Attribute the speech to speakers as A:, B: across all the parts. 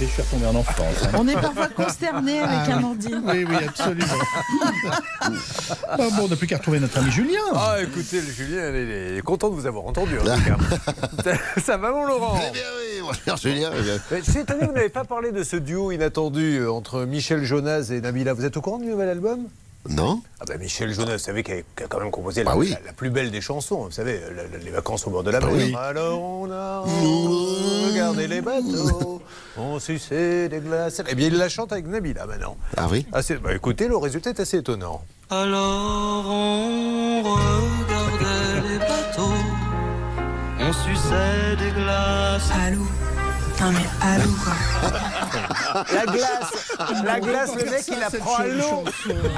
A: Bah, faire tomber en enfance. hein.
B: On est parfois consterné avec Amandine.
A: Oui, oui, absolument. Ah bon, on n'a plus qu'à retrouver notre ami Julien.
C: Ah, écoutez, le Julien, elle est- elle est content de vous avoir entendu. En tout cas. Ça va, mon Laurent
D: Eh bien oui, mon cher Julien. eh bien,
C: Mais Je suis étonné, vous n'avez pas parlé de ce duo inattendu euh, entre Michel Jonas et Nabila. Vous êtes au courant du nouvel album
D: Non
C: ah bah Michel Jonas, vous savez qu'elle a quand même composé
D: Bah
C: la,
D: oui. Bah
C: la- la plus belle des chansons. Vous savez, la- la- les vacances au bord de la mer.
D: oui.
C: Alors on a regardé les bateaux, on suçait des glaces. Eh bien, il la chante avec Nabila maintenant.
D: Ah oui
C: Ah, c'est- bah, écoutez, le résultat est assez étonnant.
E: Alors on regardait les bateaux, on suçait des glaces.
F: Allô Non mais allô quoi.
C: La glace, la glace, le mec, il la prend à l'eau.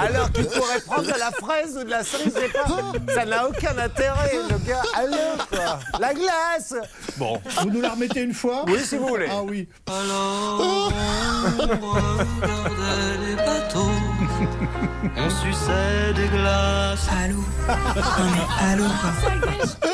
C: Alors qu'il pourrait prendre de la fraise ou de la cerise, je sais pas. Ça n'a aucun intérêt, le gars. À l'eau, quoi. La glace Bon.
A: Vous nous la remettez une fois
C: Oui, si vous voulez.
A: Ah oui.
E: Alors on regardait les bateaux, on suçait des glaces.
F: Allô Non mais allô quoi.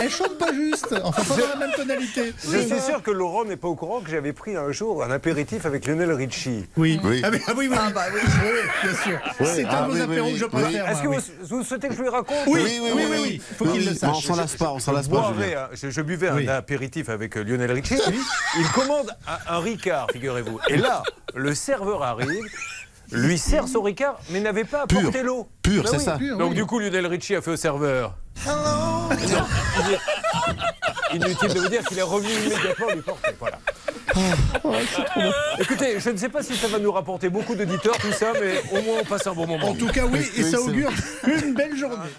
A: Elle chante pas juste. Enfin, pas dans la même tonalité.
C: Je suis sûr que Laurent n'est pas au courant que j'avais pris un jour un apéritif avec Lionel Richie.
A: Oui.
D: Oui.
A: Ah, mais- ah oui, oui. oui, oui, oui, bien sûr. C'est un
D: ah
A: de
D: oui,
A: nos
D: oui,
A: apéros
D: oui,
A: que je
D: oui.
A: préfère.
C: bah Est-ce que
A: moi,
C: vous, vous souhaitez que je lui raconte
A: Ah, bah Oui, oui, oui, oui, oui. Faut qu'il le
D: Oui, mais On
A: sache.
D: s'en lasse pas, on s'en lasse pas,
C: boivais
D: Julien.
C: un- hein. je, je buvais
A: Oui.
C: un apéritif avec euh, Lionel Richie. Lui, il commande un, un Ricard, figurez-vous. Et là, le serveur arrive, lui sert son Ricard, mais n'avait pas
D: Pur.
C: apporté l'eau.
D: Pur,
C: Bah
D: c'est
C: oui.
D: ça.
C: Donc du coup, Lionel Richie a fait au serveur. Non, il est- Inutile de vous dire qu'il est revenu immédiatement lui porter. Voilà.
D: Ah.
C: Écoutez, je ne sais pas si ça va nous rapporter beaucoup d'auditeurs, tout ça, mais au moins on passe un bon moment.
A: En tout cas, oui, et
D: Oui,
A: ça
D: c'est
A: augure une belle journée.